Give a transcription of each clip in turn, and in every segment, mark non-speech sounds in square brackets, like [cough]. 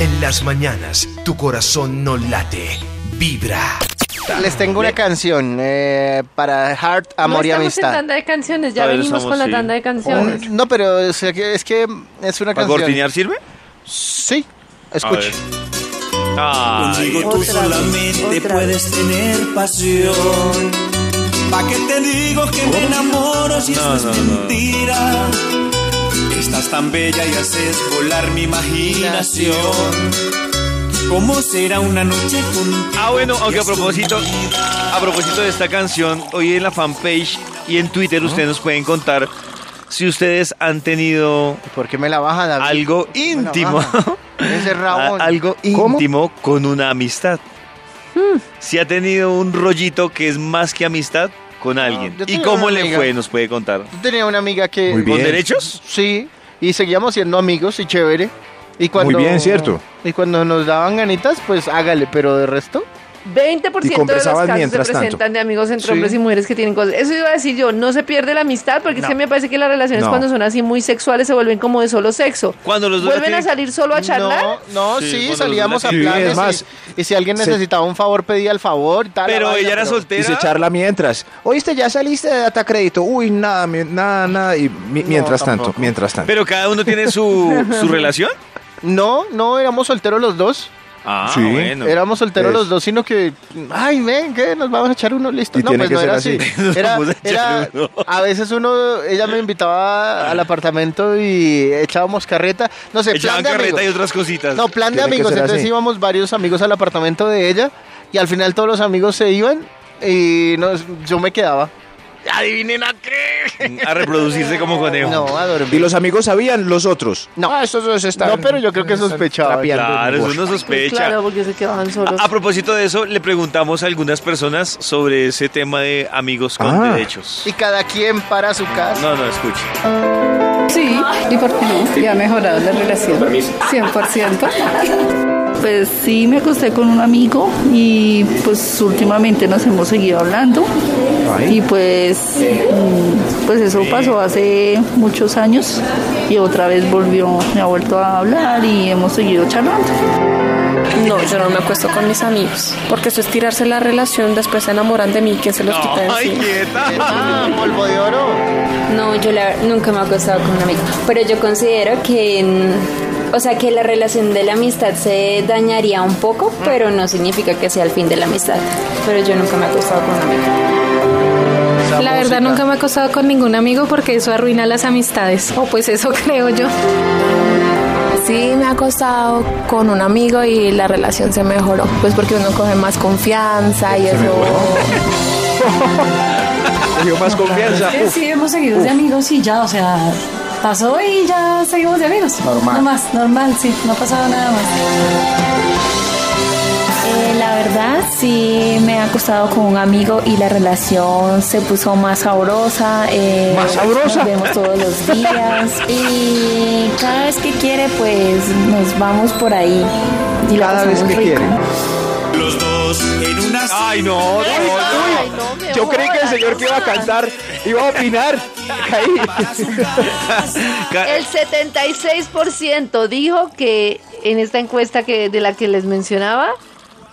En las mañanas, tu corazón no late, vibra. Les tengo una canción eh, para Heart, Amor y no estamos en Amistad. tanda de canciones, ya Todavía venimos estamos, con la sí. tanda de canciones. Un- no, pero o sea, que- es que es una ¿Para canción. cortinear sirve? Sí, A escuche. ver. Ay, Conmigo tú solamente puedes tener pasión. ¿Pa' qué te digo que me enamoro si No, esto no, es no. mentira? Estás tan bella y haces volar mi imaginación. ¿Cómo será una noche contigo? Ah, bueno, aunque a Es tu propósito, a propósito de esta canción, hoy en la fanpage y en Twitter ustedes nos pueden contar si ustedes han tenido ¿Por qué me la baja, David? algo íntimo. baja. Ese Ramón. [laughs] a- algo ¿Cómo? Hmm. íntimo con una amistad. Si ha tenido un rollito que es más que amistad con alguien. yo ¿Y tengo cómo una le amiga. fue? Nos puede contar. Yo tenía una amiga que. Muy ¿Con Bien. derechos? Sí, y seguíamos siendo amigos y chévere. Y cuando, bien, cierto. Y cuando nos daban ganitas, pues hágale, pero de resto. 20% de los conversaban casos se mientras tanto. presentan de amigos entre Sí. hombres y mujeres que tienen cosas. Eso iba a decir yo, no se pierde la amistad, porque es que me parece que las relaciones No. cuando son así muy sexuales se vuelven como de solo sexo. Cuando los dos ¿Vuelven tienen- a salir solo a charlar? No, no, Sí, sí, cuando salíamos los a de la- Sí, planes. es más, y, y si alguien se- necesitaba un favor, pedía el favor. y tal, la Pero vaina, ella era Y se soltera. charla mientras. Oíste, ya saliste de data crédito. Uy, nada, mi- nada, nada. Y mi- mientras tanto, tampoco. mientras tanto. Pero cada uno tiene su, [laughs] su relación. No, no, éramos solteros los dos. Ah, Sí. bueno. éramos solteros es. los dos, sino que, ay, ven, que nos vamos a echar uno, listo. Y no, tiene pues que no ser era así. así. [laughs] Nos Era, vamos a echar era- uno. a veces uno, ella me invitaba al apartamento y echábamos carreta. No sé, Echaban plan de carreta y amigos. otras cositas. No, plan de Tiene que amigos. ser Entonces así. íbamos varios amigos al apartamento de ella y al final todos los amigos se iban y nos, yo me quedaba. Adivinen a qué. [laughs] A [laughs] reproducirse como conejo. No, a Y dormir. los amigos sabían, los otros. No. Ah, estos dos están. No, pero yo creo que sospechaban. trapeando. Claro, eso Ush. uno Pues sospecha. claro, porque se quedaban solos. A, a propósito de eso, le preguntamos a algunas personas sobre ese tema de amigos con Ah. derechos. Y cada quien para su casa. No, no, escuche. Sí, ¿y por qué no? Y ha mejorado la relación. 100%. Pues sí, me acosté con un amigo y pues últimamente nos hemos seguido hablando. Ay. Y pues, mm, pues eso pasó hace muchos años y otra vez volvió, me ha vuelto a hablar y hemos seguido charlando. No, yo no me acuesto con mis amigos, porque eso es tirarse la relación, después se enamoran de mí, ¿quién se los quita de Ay, encima? quieta. Ah, polvo de oro. No, yo la- nunca me he acostado con un amigo. Pero yo considero que. mm, O sea, que la relación de la amistad se dañaría un poco, pero no significa que sea el fin de la amistad. Pero yo nunca me he acostado con un amigo. Esa La música. verdad nunca me he acostado con ningún amigo porque eso arruina las amistades. O pues eso [laughs] creo yo. Sí, me ha acostado con un amigo y la relación se mejoró, pues porque uno coge más confianza y eso... Me dio más confianza. Sí, Uf. sí, hemos seguido de amigos y ya, o sea, pasó y ya seguimos de amigos. Normal. No más, normal, sí, no ha pasado nada más. Eh, la verdad, sí me he acostado con un amigo y la relación se puso más sabrosa. eh, ¿Más sabrosa? Nos vemos todos los días. Y cada vez que quiere, pues nos vamos por ahí. Y la Cada vez pasamos que rico. quieren. Los dos en una Ay, no, no, no. Ay, no me Yo creí que el jodas, señor que iba a no jodas. cantar iba [laughs] a opinar. Ahí. Ca- El 76% dijo que en esta encuesta que, de la que les mencionaba,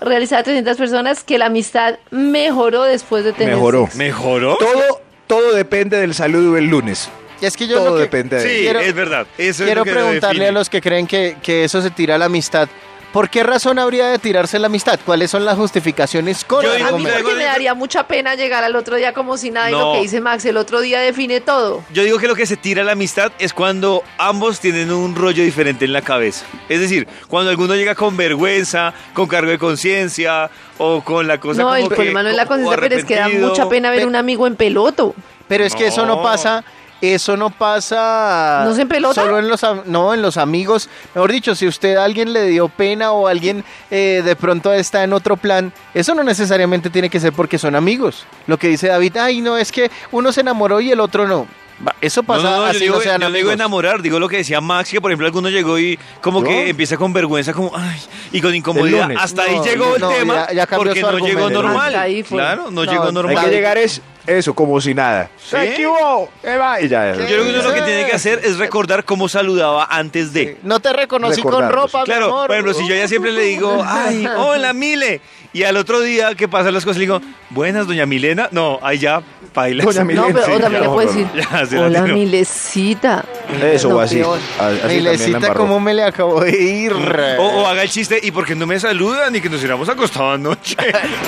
realizada a 300 personas, que la amistad mejoró después de tener Mejoró. sexo. ¿Mejoró? Todo, todo depende del saludo del lunes. Y es que yo Todo lo que- depende de Sí, él. Quiero- es verdad. Eso es Quiero lo que lo preguntarle define. a los que creen que, que eso se tira la amistad. ¿Por qué razón habría de tirarse la amistad? ¿Cuáles son las justificaciones con Yo digo A mí argumentos? Luego porque me digo- daría mucha pena llegar al otro día como si nada y No. lo que dice Max, el otro día define todo. Yo digo que lo que se tira la amistad es cuando ambos tienen un rollo diferente en la cabeza. Es decir, cuando alguno llega con vergüenza, con cargo de conciencia o con la cosa no, como el que- problema no es la como conciencia, pero es que da arrepentido. mucha pena ver Pe- un amigo en peloto. Pero es que eso No. no pasa. Eso no pasa. ¿No se empelota? Solo en los, am- no, en los amigos. Mejor dicho, si usted a alguien le dio pena o alguien eh, de pronto está en otro plan, eso no necesariamente tiene que ser porque son amigos. Lo que dice David, ay, no, es que uno se enamoró y el otro no. Va, Eso No, pasa no, no, yo así digo, no sean yo digo amigos. enamorar, digo lo que decía Max, que por ejemplo alguno llegó y como que empieza con vergüenza, como ay, y con incomodidad. lunes. Hasta ahí No, llegó el no, tema ya- ya cambió porque su no llegó argumento. normal. Hasta ahí fue. Claro, no, No, llegó hay Hay normal. que llegar es Eso, como si nada. Se equivocó. eh, va, Y ya. Yo creo que uno lo que tiene que hacer es recordar cómo saludaba antes de. No te reconocí con Recordarlos. ropa, mi Claro, amor. por ejemplo, si yo ya siempre le digo, ay, hola, Mile. Y al otro día que pasan las cosas, le digo, buenas, doña Milena. No, ahí ya, baila. Doña No, pero o también le puedo [laughs] decir, hola, Milena. milecita. Eso, Lo o así. peor. a- así también la Milecita, embarró. ¿cómo me le acabo de ir? O, o haga el chiste, ¿y por qué no me saludan? Y que nos hubiéramos acostado [laughs] anoche.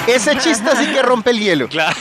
Ese chiste sí que rompe el hielo. Claro.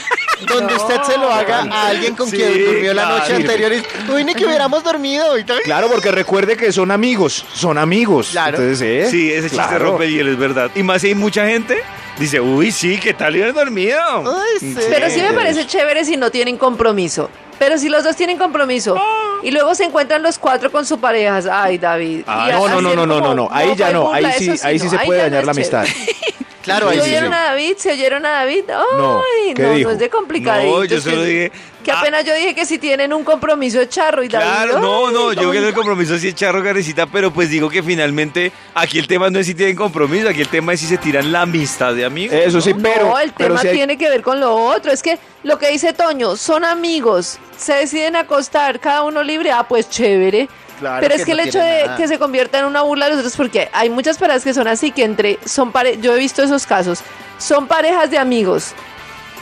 Donde usted se lo haga a alguien con Sí, quien durmió la claro. noche anterior y uy, ni que hubiéramos dormido. y tal". Claro, porque recuerde que son amigos. Son amigos. Claro. Entonces, ¿eh? Sí, ese chiste Claro. rompe el hielo, es verdad. Y más si hay mucha gente, dice, uy, sí, ¿qué tal hubieras dormido? Ay, sí. Pero sí me parece chévere si no tienen compromiso. Pero si los dos tienen compromiso y luego se encuentran los cuatro con su parejas, ay David. Ah, Y no, no, hacer no, no, no, como no, no. Ahí ya y no. Ahí burla, sí, eso ahí sí se no. puede ya no dañar es la chévere. amistad. Claro, ahí ¿Se sí. oyeron a David? ¿Se oyeron a David? No, Ay, ¿qué no, dijo? no es de complicadito. No, yo es se que- lo dije. Que ah. apenas yo dije que si tienen un compromiso, charro y David. Claro, no, ay, no, yo creo que el tonto. compromiso sí es charro carecita, pero pues digo que finalmente aquí el tema no es si tienen compromiso, aquí el tema es si se tiran la amistad de amigos. Eso sí, pero. no, el pero tema si hay- tiene que ver con lo otro. Es que lo que dice Toño, son amigos, se deciden acostar, cada uno libre. Ah, pues chévere. Claro pero que es que no el hecho tiene de nada. que se convierta en una burla de los otros, porque hay muchas parejas que son así, que entre, son pare- yo he visto esos casos, son parejas de amigos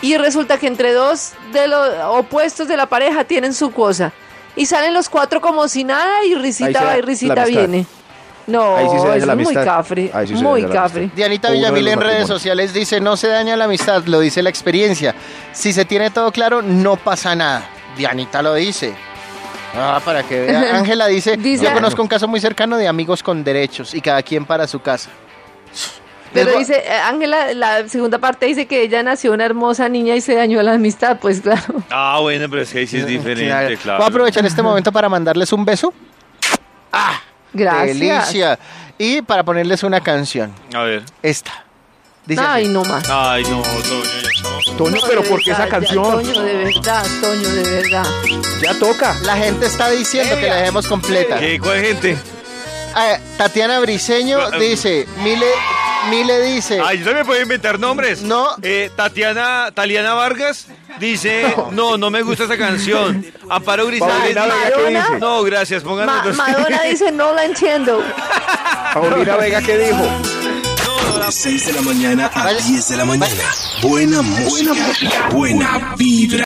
y resulta que entre dos de los opuestos de la pareja tienen su cosa y salen los cuatro como si nada y Ahí se risita da va y la risita amistad. viene. No, Ahí sí se daña eso la es muy amistad. cafre, Ahí sí se muy daña la cafre. amistad. Dianita Uno de los Villamil en redes matrimonios. sociales dice, no se daña la amistad, lo dice la experiencia. Si se tiene todo claro, no pasa nada. Dianita lo dice. Ah, para que [laughs] vea. Ángela dice, Dice- yo conozco un caso muy cercano de amigos con derechos y cada quien para su casa. Pero Les- dice, eh, Ángela, la segunda parte dice que ella nació una hermosa niña y se dañó la amistad, pues [laughs] claro. Ah, bueno, pero es que ahí sí es diferente, Eh, Claro. claro. Voy a aprovechar este momento para mandarles un beso. ¡Ah! Gracias. Delicia. Y para ponerles una canción. A ver. Esta. Dice Ay, así. no más. Ay, no, Toño, ya estamos. Toño, No, Ah, pero de ¿por qué esa verdad, ya, canción? Toño, de verdad, Toño, de verdad. Ya toca. La gente está diciendo que la dejemos completa. ¿Qué? ¿Cuál gente? Ah, Tatiana Briseño Ah, dice, Mile, Mile dice, Ay, yo también puedo inventar nombres. No. Eh, Tatiana, Taliana Vargas dice, no. no, me gusta esa canción. Amparo Grisales. Paulina dice- Vega, ¿qué dice? No, gracias, pónganme Ma- los- Madonna dice, no la entiendo. Paulina Vega, ¿qué dijo? De 6 de la mañana a Vaya. 10 de la mañana. Buena música. Buena vibra.